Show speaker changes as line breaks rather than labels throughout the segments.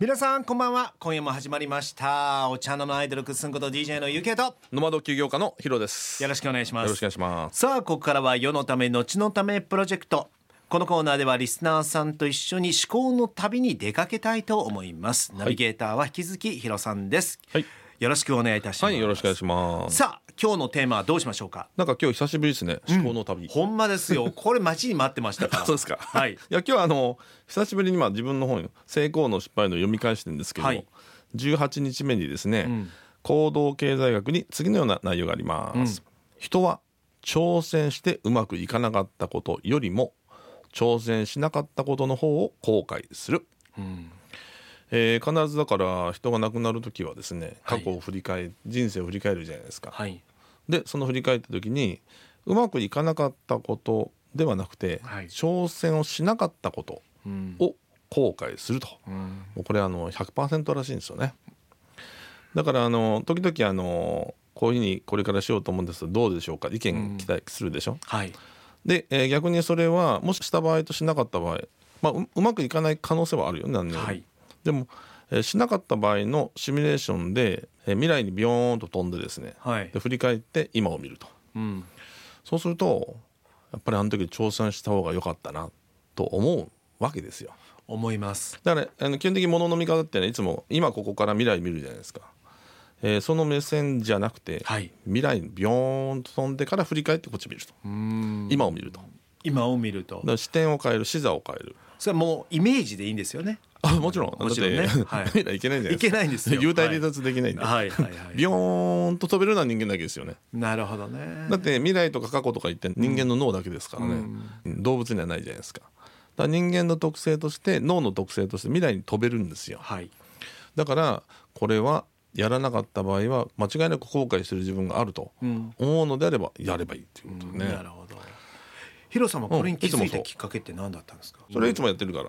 皆さんこんばんは今夜も始まりましたお茶の間アイドルくっすんこと DJ のゆけと
ノマド休業家のヒロです。
よろ
し
しくお願いし
く
ま
よろしくお
す
願いします。
さあここからは世のため後のためプロジェクトこのコーナーではリスナーさんと一緒に思考の旅に出かけたいと思います、ナビゲーターは引き続きヒロさんです、
はい
よろしくお願いいたします、
はい、よろしくお願いします。
さあ今日のテーマはどうしましょうか
なんか今日久しぶりですね。思考の旅。
ほんまですよこれ待ちに待ってましたから
そうですか。
はい
いや今日はあの久しぶりにまあ自分の本よ成功の失敗の読み返してるんですけど、
はい
18日目にですね、行動経済学に次のような内容があります。人は挑戦してうまくいかなかったことよりも挑戦しなかったことの方を後悔する。えー必ずだから人が亡くなる時はですね過去を振り返、人生を振り返るじゃないですか、
はい
でその振り返った時にうまくいかなかったことではなくて、
はい
挑戦をしなかったことを後悔すると、
ん
もうこれあの100%らしいんですよねだからあの時々あのこういうふうにこれからしようと思うんですけどどうでしょうか意見期待するでしょ、
はい
で、えー逆にそれはもしした場合としなかった場合、まあ、ううまくいかない可能性はあるよね何年も
はい
でも、えーしなかった場合のシミュレーションで、えー未来にビヨーンと飛んでですね、
はい
で振り返って今を見ると
うん
そうするとやっぱりあの時挑戦した方が良かったなと思うわけですよ
思います
だからあの基本的に物の見方ってねいつも今ここから未来見るじゃないですか、えーその目線じゃなくて、
はい
未来にビヨーンと飛んでから振り返ってこっち見ると
うん
今を見るとだか
今を見ると
ら視点を変える視座を変える
それはもうイメージでいいんですよね
あもちろん
もちろんね
だって
はい
未来いけないじゃない
いけないんですよ
幽体離脱できないんで、
はいはいはい
ビヨーンと飛べるのは人間だけですよね
なるほどね
だって未来とか過去とか言って人間の脳だけですからね、動物にはないじゃないですかだから人間の特性として脳の特性として未来に飛べるんですよ
はい
だからこれはやらなかった場合は間違いなく後悔してる自分があると
うん
思うのであればやればいいっていうことね、
なるほどヒロさんはこれに気づいたきっかけって何だったんですか
それはいつもやってるから、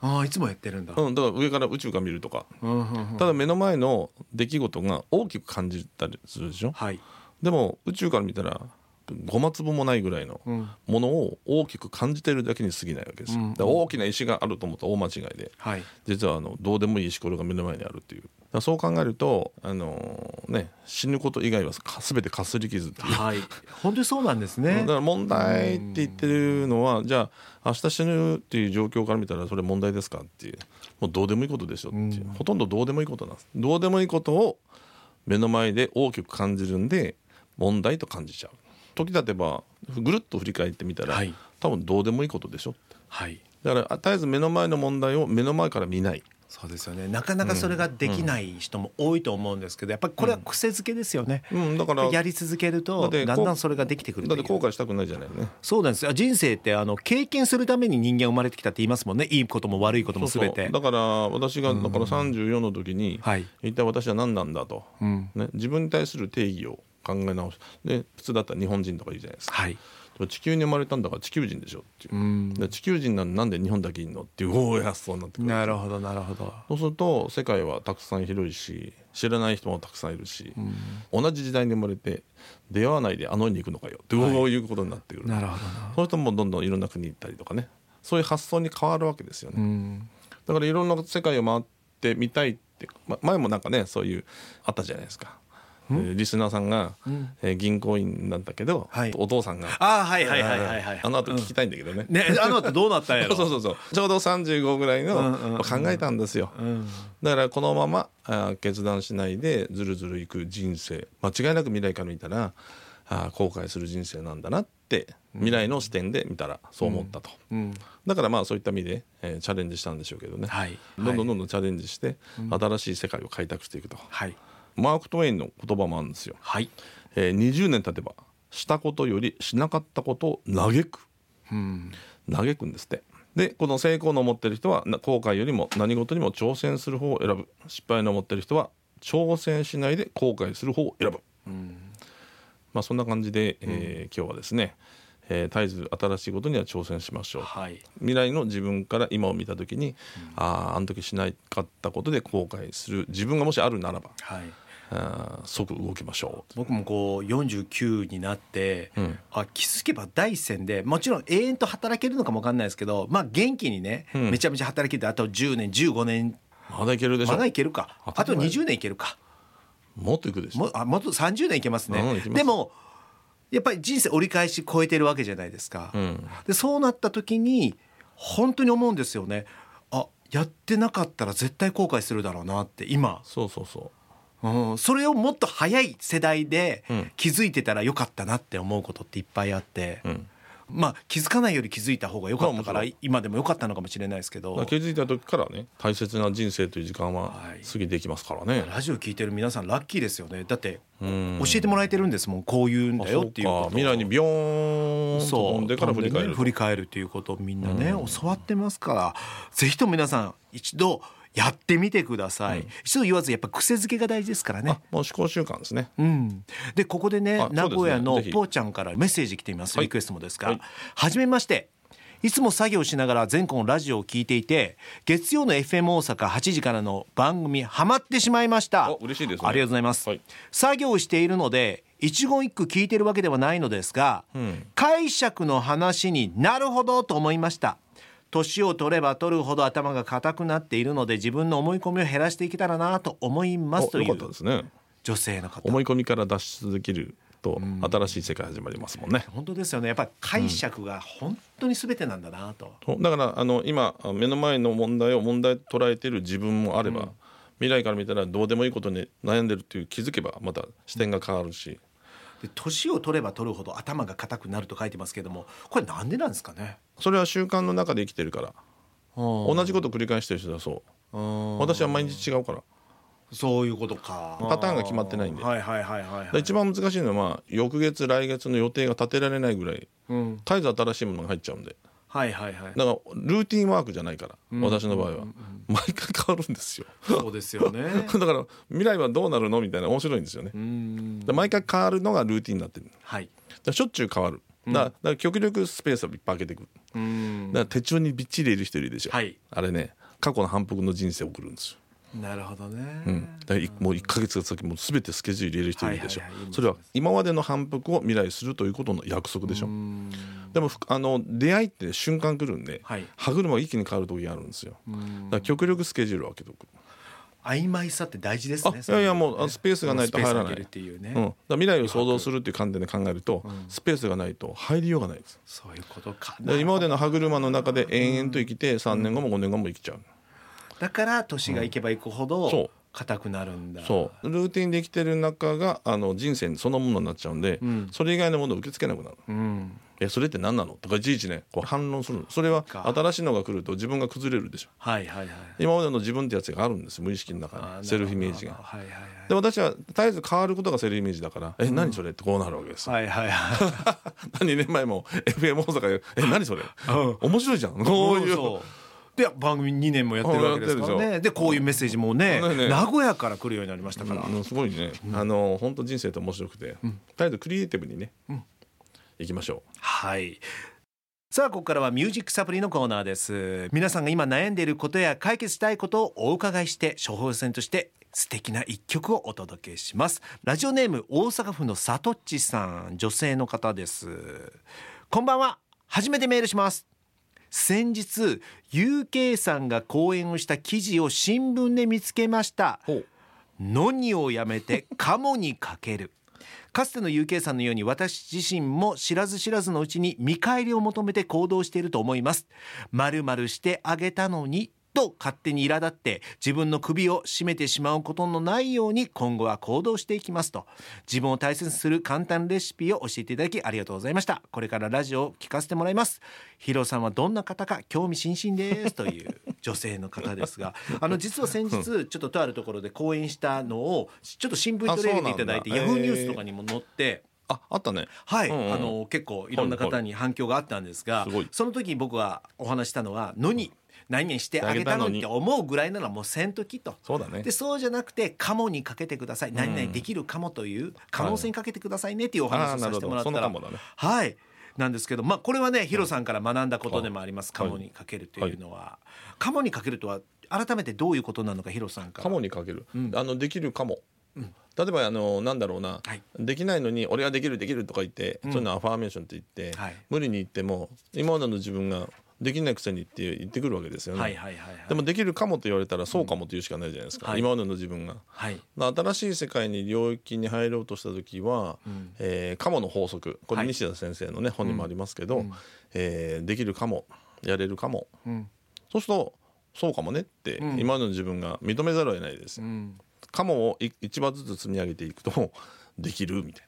ああいつもやってるんだ
うん、だから上から宇宙が見るとか、
うんうんうん
ただ目の前の出来事が大きく感じたりするでしょ
はい
でも宇宙から見たら5粒もないぐらいの
うん
ものを大きく感じてるだけに過ぎないわけですよ、
うん
だから大きな石があると思ったら大間違いで
はい
実はあのどうでもいい石ころが目の前にあるっていうだからそう考えると、あのーね、死ぬこと以外はか全てかすり傷っていう。
はい本当にそうなんです
だ
ね
から問題って言ってるのはじゃあ明日死ぬっていう状況から見たらそれ問題ですかっていうもうどうでもいいことでしょっていう、ほとんどどうでもいいことなんですどうでもいいことを目の前で大きく感じるんで問題と感じちゃう時だてばぐるっと振り返ってみたら、
はい
多分どうでもいいことでしょって
はい
だからあ絶えず目の前の問題を目の前から見ない
そうですよねなかなかそれができない人も多いと思うんですけどやっぱりこれは癖づけですよね
うんだから
やり続ける
だ
と
って
だ
こうん
だんそれができてくる
だ
と
っ
い
て
う
後悔したくないじゃないね
そうなんですよ人生ってあの経験するために人間生まれてきたって言いますもんねいいことも悪いことも
そう
全て
そうだから私がだから34の時に、
はい
一体私は何なんだと、
うん
ね、自分に対する定義を考え直すで普通だったら日本人とか言うじゃないですか
はい
でも地球に生まれたんだから地球人でしょっていうう、
ん
で地球人なのになんで日本だけいんのっていうおお発想になってくる
なるほどなるほど
そうすると世界はたくさん広いし知らない人もたくさんいるし、同じ時代に生まれて出会わないであの世に行くのかよってこういうことになってくる、
なるほどな
そういう人もどんどんいろんな国行ったりとかねそういう発想に変わるわけですよね。
うん
だからいろんな世界を回ってみたいって、ま、前もなんかねそういうあったじゃないですか、えーリスナーさんが、えー銀行員なんだけど、
はい
お父さんが
あーはいはいはいはいはい
あの後聞きたいんだけどね、
ねあの後どうなったんや
そ
ろ
うそうそうそうちょうど35ぐらいの、
んうんうん
考えたんですよ、
ん
だからこのままあー決断しないでずるずるいく人生間違いなく未来から見たらあー後悔する人生なんだなって未来の視点で見たらそう思ったと、
うん
だからまあそういった意味で、えーチャレンジしたんでしょうけどね、
はい
どんどんどんどんチャレンジして新しい世界を開拓していくと、
はい
マーク・トウェインの言葉もあるんですよ、
はい
えー20年経てばしたことよりしなかったことを嘆く
うん
嘆くんですってでこの成功の持ってる人はな後悔よりも何事にも挑戦する方を選ぶ失敗の持ってる人は挑戦しないで後悔する方を選ぶ、まあそんな感じで、えー今日はですね、えー絶えず新しいことには挑戦しましょう
はい
未来の自分から今を見た時に、あああの時しなかったことで後悔する自分がもしあるならば
はい
あー即動きましょう
僕もこう49になって、あ気づけば第一線でもちろん永遠と働けるのかもわかんないですけどまあ元気にね、
ん
めちゃめちゃ働けてあと10年15年
まだいけるでし
ま
ょ
だいけるか
当
あ
た
と
り前
20年いけるか
もっといくでしょ
もあもっと30年いけますね、
うんいけます
でもやっぱり人生折り返し超えてるわけじゃないですか、
ん
でそうなった時に本当に思うんですよねあやってなかったら絶対後悔するだろうなって今、
そうそうそ
うん、それをもっと早い世代で
うん
気づいてたらよかったなって思うことっていっぱいあって、
う、うん、
まあ気づかないより気づいた方が良かったか
まあ
ら
もち
今でも良かったのかもしれないですけ
だから
ど
気づいた時からね大切な人生という時間は
はい
過ぎていきますからね、
ラジオ聞いてる皆さんラッキーですよねだって
うん
教えてもらえてるんですもんこういうんだよっていうこ
あそ
と
か未来にビヨーンと飛んでから振り返
ね
る
振り返るということをみんなね、教わってますからぜひとも皆さん一度やってみてください、一度言わずやっぱ癖づけが大事ですからね
あもう思考習慣ですね
うん、でここでね
あそうですね
名古屋の
ぜひ
ぽーちゃんからメッセージ来ています、
はい
リクエストもですが、
は
はいじめましていつも作業しながら全国のラジオを聞いていて月曜の FM 大阪8時からの番組ハマってしまいました
あ嬉しいですね
ありがとうございます、
はい
作業しているので一言一句聞いてるわけではないのですが、
ん
解釈の話になるほどと思いました年を取れば取るほど頭が固くなっているので自分の思い込みを減らしていけたらなと思います
お
と
よ
い
かった
う
ですね
女性の方
思い込みから脱出できると新しい世界始まりますもんね、
本当ですよねやっぱり解釈が本当に全てなんだなと、
そうだからあの今目の前の問題を問題と捉えている自分もあれば、未来から見たらどうでもいいことに悩んでるっていう気づけばまた視点が変わるし、
で年を取れば取るほど頭が硬くなると書いてますけどもこれなんでなんですかね
それは習慣の中で生きてるから
同
同じことを繰り返してる人だそう私は毎日違うから
そういうことか
パターンが決まってないんで
はいはいはいはい、
で
はい、
一番難しいのは、まあ、翌月来月の予定が立てられないぐらい
うん、
絶えず新しいものが入っちゃうんで
はいはいはい
だからルーティンワークじゃないから、私の場合は、毎回変わるんですよ
そうですよね
だから未来はどうなるのみたいな面白いんですよね
う、ん
で毎回変わるのがルーティンになってるだか
はい
らしょっちゅう変わるだからだから極力スペースをいっぱい空けていくる
うん
だから手帳にびっちりいる人いるでしょ、
はい
あれね過去の反復の人生を送るんですよ
なるほどね、
うん、だからいもう1か月先もう全てスケジュール入れる人いるでしょ、
はいはいはい
それは今までの反復を未来するということの約束でしょでもふあの出会いって瞬間来るんで、
はい
歯車が一気に変わる時があるんですよだから極力スケジュールを空けておく、
曖昧さって大事です
あ
ね
いやいやもうあスペースがないと入ら
ス
な
ペース空け
い
るっていうね、
うん、だから未来を想像するっていう観点で考えると、スペースがないと入りようがないです
そういうことか
だから今までの歯車の中で延々と生きて3年後も5年後も生きちゃう、
だから年がいけばいくほ
うんそ
ど
う
硬くなるんだ、
そうルーティンで生きてる中があの人生そのものになっちゃうんで、それ以外のものを受け付けなくなる
うん、
えそれって何なのとかいちいちねこう反論するのそれは
か
新しいのが来ると自分が崩れるでしょ
はいはいはい
今までの自分ってやつがあるんです無意識の
あーなる
中
ほど
にセルフイメージが
はいはいはい
で私は絶えず変わることがセルフイメージだから「え何それ?」ってこうなるわけです、
はいはいは
何年前も FM 大阪で「え何それ
ん
面白いじゃん」
い。
こういう
そうで番組2年もやってるわけですから
やってるでし
ねでこういうメッセージもね
ねね
名古屋から来るようになりましたから、
うんすごいねあの本当人生って面白くて絶えずクリエイティブにねいきましょう
はいさあここからはミュージックサプリのコーナーです皆さんが今悩んでいることや解決したいことをお伺いして処方箋として素敵な一曲をお届けしますラジオネーム大阪府のさとっちさん女性の方ですこんばんは初めてメールします先日 UK さんが講演をした記事を新聞で見つけました
ほう
のにをやめてカモにかけるかつての UK さんのように私自身も知らず知らずのうちに見返りを求めて行動していると思いますまるまるしてあげたのにと勝手に苛立って自分の首を絞めてしまうことのないように今後は行動していきますと自分を大切にする簡単レシピを教えていただきありがとうございましたこれからラジオを聞かせてもらいますヒロさんはどんな方か興味津々ですという女性の方です があの実は先日ちょっととあるところで講演したのをちょっと新聞に取り上げていただいて
あそ
ヤ
うな
フ
んだ
ーニュースとかにも載って
ああったね
はい、
うんうん
あの結構いろんな方に反響があったんですが、
はいはいすごい
その時に僕がお話したのは「のに何々してあげたのに」って思うぐらいならもうせんときと。
そうだね
でそうじゃなくて「かも」にかけてください「何々できるかも」という可能性にかけてくださいねっていうお話
あ
を
ーな
させて
るほど
もらった
その
ら
かもだね
はいなんですけど、まあ、これはねヒロさんから学んだことでもあります「かも」にかけるというのは「かも」にかけるとは改めてどういうことなのかヒロさんから。
カモにかける、あのできるかも、例えばあのなんだろうな、
はい
できないのに俺はできるできるとか言って、そういうのアファーメーションって言って、
はい
無理に言っても今までの自分ができないくせにって言ってくるわけですよね、
はいはいはいはい
でもできるかもと言われたらそうかもと言うしかないじゃないですか、
はい
今までの自分が。
はい
新しい世界に領域に入ろうとした時は、えーカモの法則こ
はい
れ西田先生のね、本にもありますけど、えーできるかもやれるかも
うん
そうするとそうかもねって、
うん
今の自分が認めざるを得ないです、
うん
カモをい一羽ずつ積み上げていくと できるみたい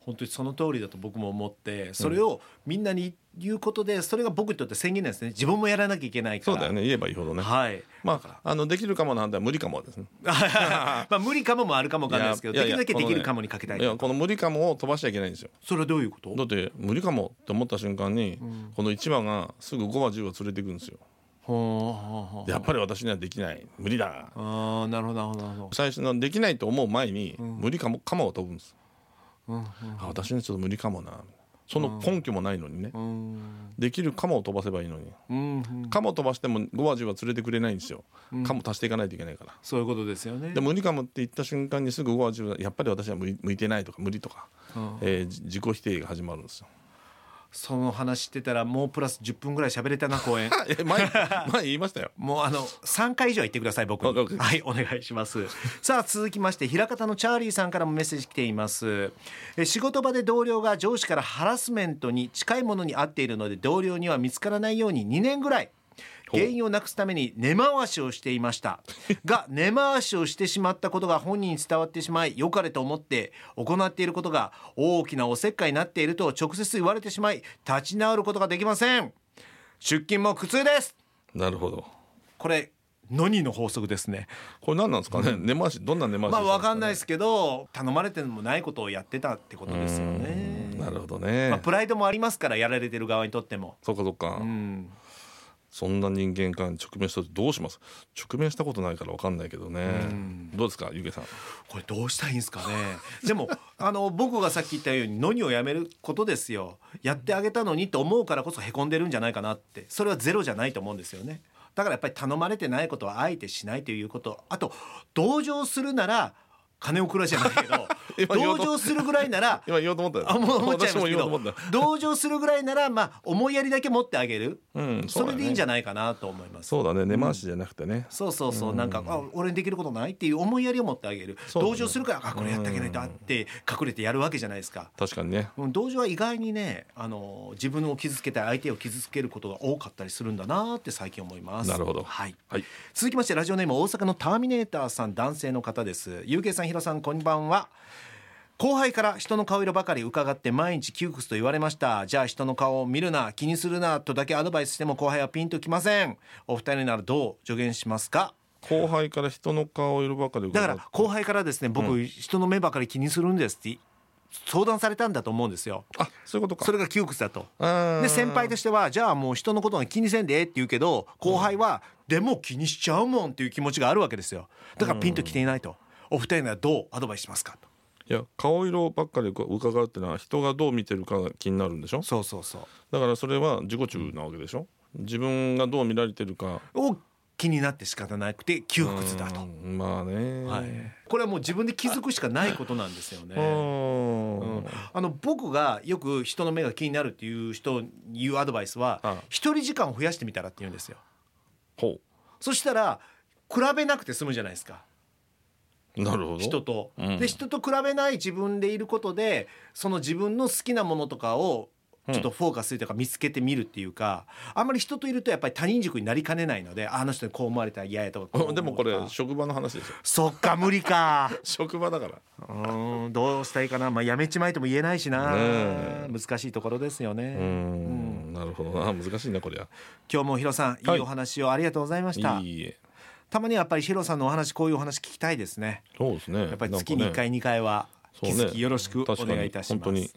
本当にその通りだと僕も思ってそれをみんなに言うことでそれが僕にとって宣言なんですね自分もやらなきゃいけない
な
から
そうだよね言えばいいほどね、
はい
まああのできるかもの反対は無理かもですね
まあ無理かももあるかもわかんないですけど
いや
で
い
き
や
るだけ
こ
で
の
き
ね
るかもにかけたい
いやこの無理かもを飛ばしちゃいけないんですよ
それはどういうこと
だって無理かもって思った瞬間に、この1羽がすぐ5羽10羽連れていくんですよ
ほうほうほう
でやっぱり私にはできない無理だ
ああなるほどなるほどなるほ
最初のできないと思う前に、無理かもかもが飛ぶんです、
どうん
あ私にはちょっと無理かもなその根拠もないのにね、
うん
できるかもを飛ばせばいいのに、
うんうん
かも飛ばしても5羽10羽連れてくれないんですよ、かも足していかないといけないから
そういうことですよね
で無理かもって言った瞬間にすぐ5羽10羽やっぱり私は向い向いてないとか無理とか、
うん
えーじ自己否定が始まるんですよ
その話してたらもうプラス10分ぐらい喋れたな公演
え 前前言いましたよ
もうあの3回以上は言ってください僕
わかり
に
ま
はいお願いします さあ続きまして平方のチャーリーさんからもメッセージ来ていますえ仕事場で同僚が上司からハラスメントに近いものに合っているので同僚には見つからないように2年ぐらい
ほう
原因をなくすために根回しをしていました が根回しをしてしまったことが本人に伝わってしまい良かれと思って行っていることが大きなおせっかいになっていると直接言われてしまい立ち直ることができません出勤も苦痛です
なるほど
これノニの法則ですね。
これ何なんですかね根回しどんな根回し
まあ
した
わかんない
で
ですけど、頼まれてもないことをやってたってことですよね。
すかねなるほどね、
まあプライドもありますからやられてる側にとっても。
そっかそっか、
うん。
そんな人間間に直面した時どうします直面したことないからわかんないけどね、どうですかゆうけいさん
これどうしたらいいん ですかね。でもあの僕がさっき言ったようにノニをやめることですよ。やってあげたのにと思うからこそへこんでるんじゃないかなって。それはゼロじゃないと思うんですよね。だからやっぱり頼まれてないことはあえてしないということ。あと同情するなら金をくらじゃないけ
今
ど、
言おう
同
と
情するぐらいなら。
今言おうと思ったよ
あもう思っちゃい
私
ま
も
すけ
言おうと思った
ど同情するぐらいならまあ思いやりだけ持ってあげる、
うん
それでいいんじゃ
な
な
い
いかなと思います
そうだね根回しじゃなくてね、
そうそうそうなんかあ俺にできることないっていう思いやりを持ってあげる、
そうだね
同情するからあこれやってあげないとあって隠れてやるわけじゃないですか。
確かにね
うん同情は意外にねあの自分を傷つけたり相手を傷つけることが多かったりするんだなって最近思います。
なるほど
はい
はい
続きましてラジオネーム大阪のターミネーターさん男性の方ですゆうけいさんひろさんこんばんは後輩から人の顔色ばかり伺って毎日窮屈と言われましたじゃあ人の顔を見るな気にするなとだけアドバイスしても後輩はピンときませんお二人ならどう助言しますか
後輩から人の顔色ばかり伺
だ
っ
から後輩からですね僕、人の目ばかり気にするんですって相談されたんだと思うんですよ
あそういうことか
それが窮屈だと
あー
で先輩としてはじゃあもう人のことは気にせんでええって言うけど後輩はでも気にしちゃうもんっていう気持ちがあるわけですよだからピンときていないとお二人ならどうアドバイスしますかと
いや顔色ばっかり伺うってのは人がどう見てるかが気になるんでしょ
そうそうそう
だからそれは自己中なわけでしょ自分がどう見られてるか
を気になって仕方なくて窮屈だと、
うんまあね
はい、これはもう自分で気づくしかないことなんですよねう
う
ん
ん
あの僕がよく人の目が気になるっていう人に言うアドバイス
あ
は
あ
一人時間を増やしてみたらって言うんですよ
ほ
そしたら比べなくて済むじゃないですか
うなるほど
人と、
うん
で人と比べない自分でいることでその自分の好きなものとかをちょっとフォーカスするというか見つけてみるっていうか、あんまり人といるとやっぱり他人軸になりかねないのでああの人にこう思われたら嫌やとかこう思う
でもこれ
とか
職場の話ですよ
そっか無理か
職場だから
うーんどうしたらいいかなまあやめちまえとも言えないしな、
ね
難しいところですよね、
うーんなるほどな難しいなこりゃ
今日もヒロさんい
はい
いお話をありがとうございました、
いいえ
たまにはやっぱりヒロさんのお話こういうお話聞きたいですね
そうですねや
やっぱり月に1回2回は
そう
引き
ね
続きよろしくお願いいたします、
本当に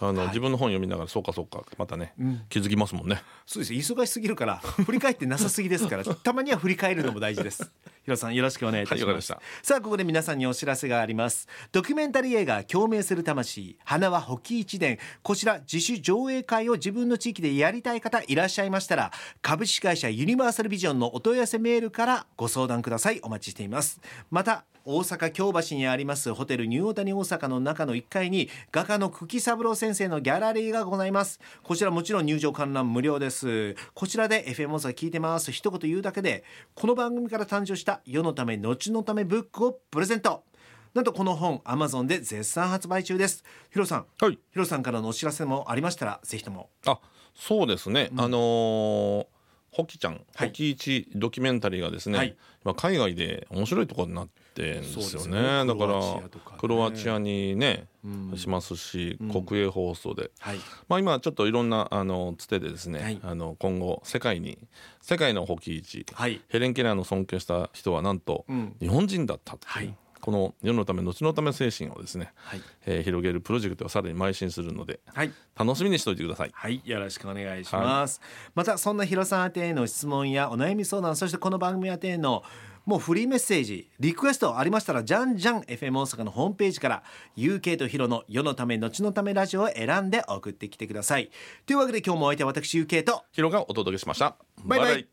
あの、自分の本読みながらそうかそうかまたね、気づきますもんね
そうです忙しすぎるから振り返ってなさすぎですからたまには振り返るのも大事ですヒロさんよろしくお願いいたし
はいわかり
ま、
ますした
さあここで皆さんにお知らせがありますドキュメンタリー映画共鳴する魂花は保木一伝こちら自主上映会を自分の地域でやりたい方いらっしゃいましたら株式会社ユニバーサルビジョンのお問い合わせメールからご相談くださいお待ちしていますまた大阪京橋にありますホテルニューオータニ大阪の中の1階に画家の久喜三郎先生のギャラリーがございますこちらもちろん入場観覧無料ですこちらで FM 音楽聞いてます一言言うだけでこの番組から誕生した世のため後のためブックをプレゼントなんとこの本 Amazon で絶賛発売中ですヒロさん
はい
ヒロさんからのお知らせもありましたらぜひとも
あそうですね、あのーホキちゃん、
はい
ホキイチドキュメンタリーがですね、
はい
今海外で面白いところになってんですよ
そうです
ね
ね
だから
ク
ク
ロ
ロ
ア
ア
チ
チ
ア
アにね、しますし国営放送で、
はい
まあ、今ちょっといろんなあのつてでですね、
はい
あの今後世界に世界のホキイチ、
はい
ヘレン・ケラーの尊敬した人はなんと
うん
日本人だったと、
はい
この世のため後のため精神をですね、
はい
えー広げるプロジェクトをさらに邁進するので
はい
楽しみにしておいてください。
はい、よろしくお願いします。また、そんなヒロさん宛てへの質問やお悩み相談、そしてこの番組宛てへのもうフリーメッセージ、リクエストありましたら、じゃんじゃん FM 大阪のホームページから、UK とヒロの世のため、後のためラジオを選んで送ってきてください。というわけで今日もお相手は私、UK と、
ヒロがお届けしました。
バイバイ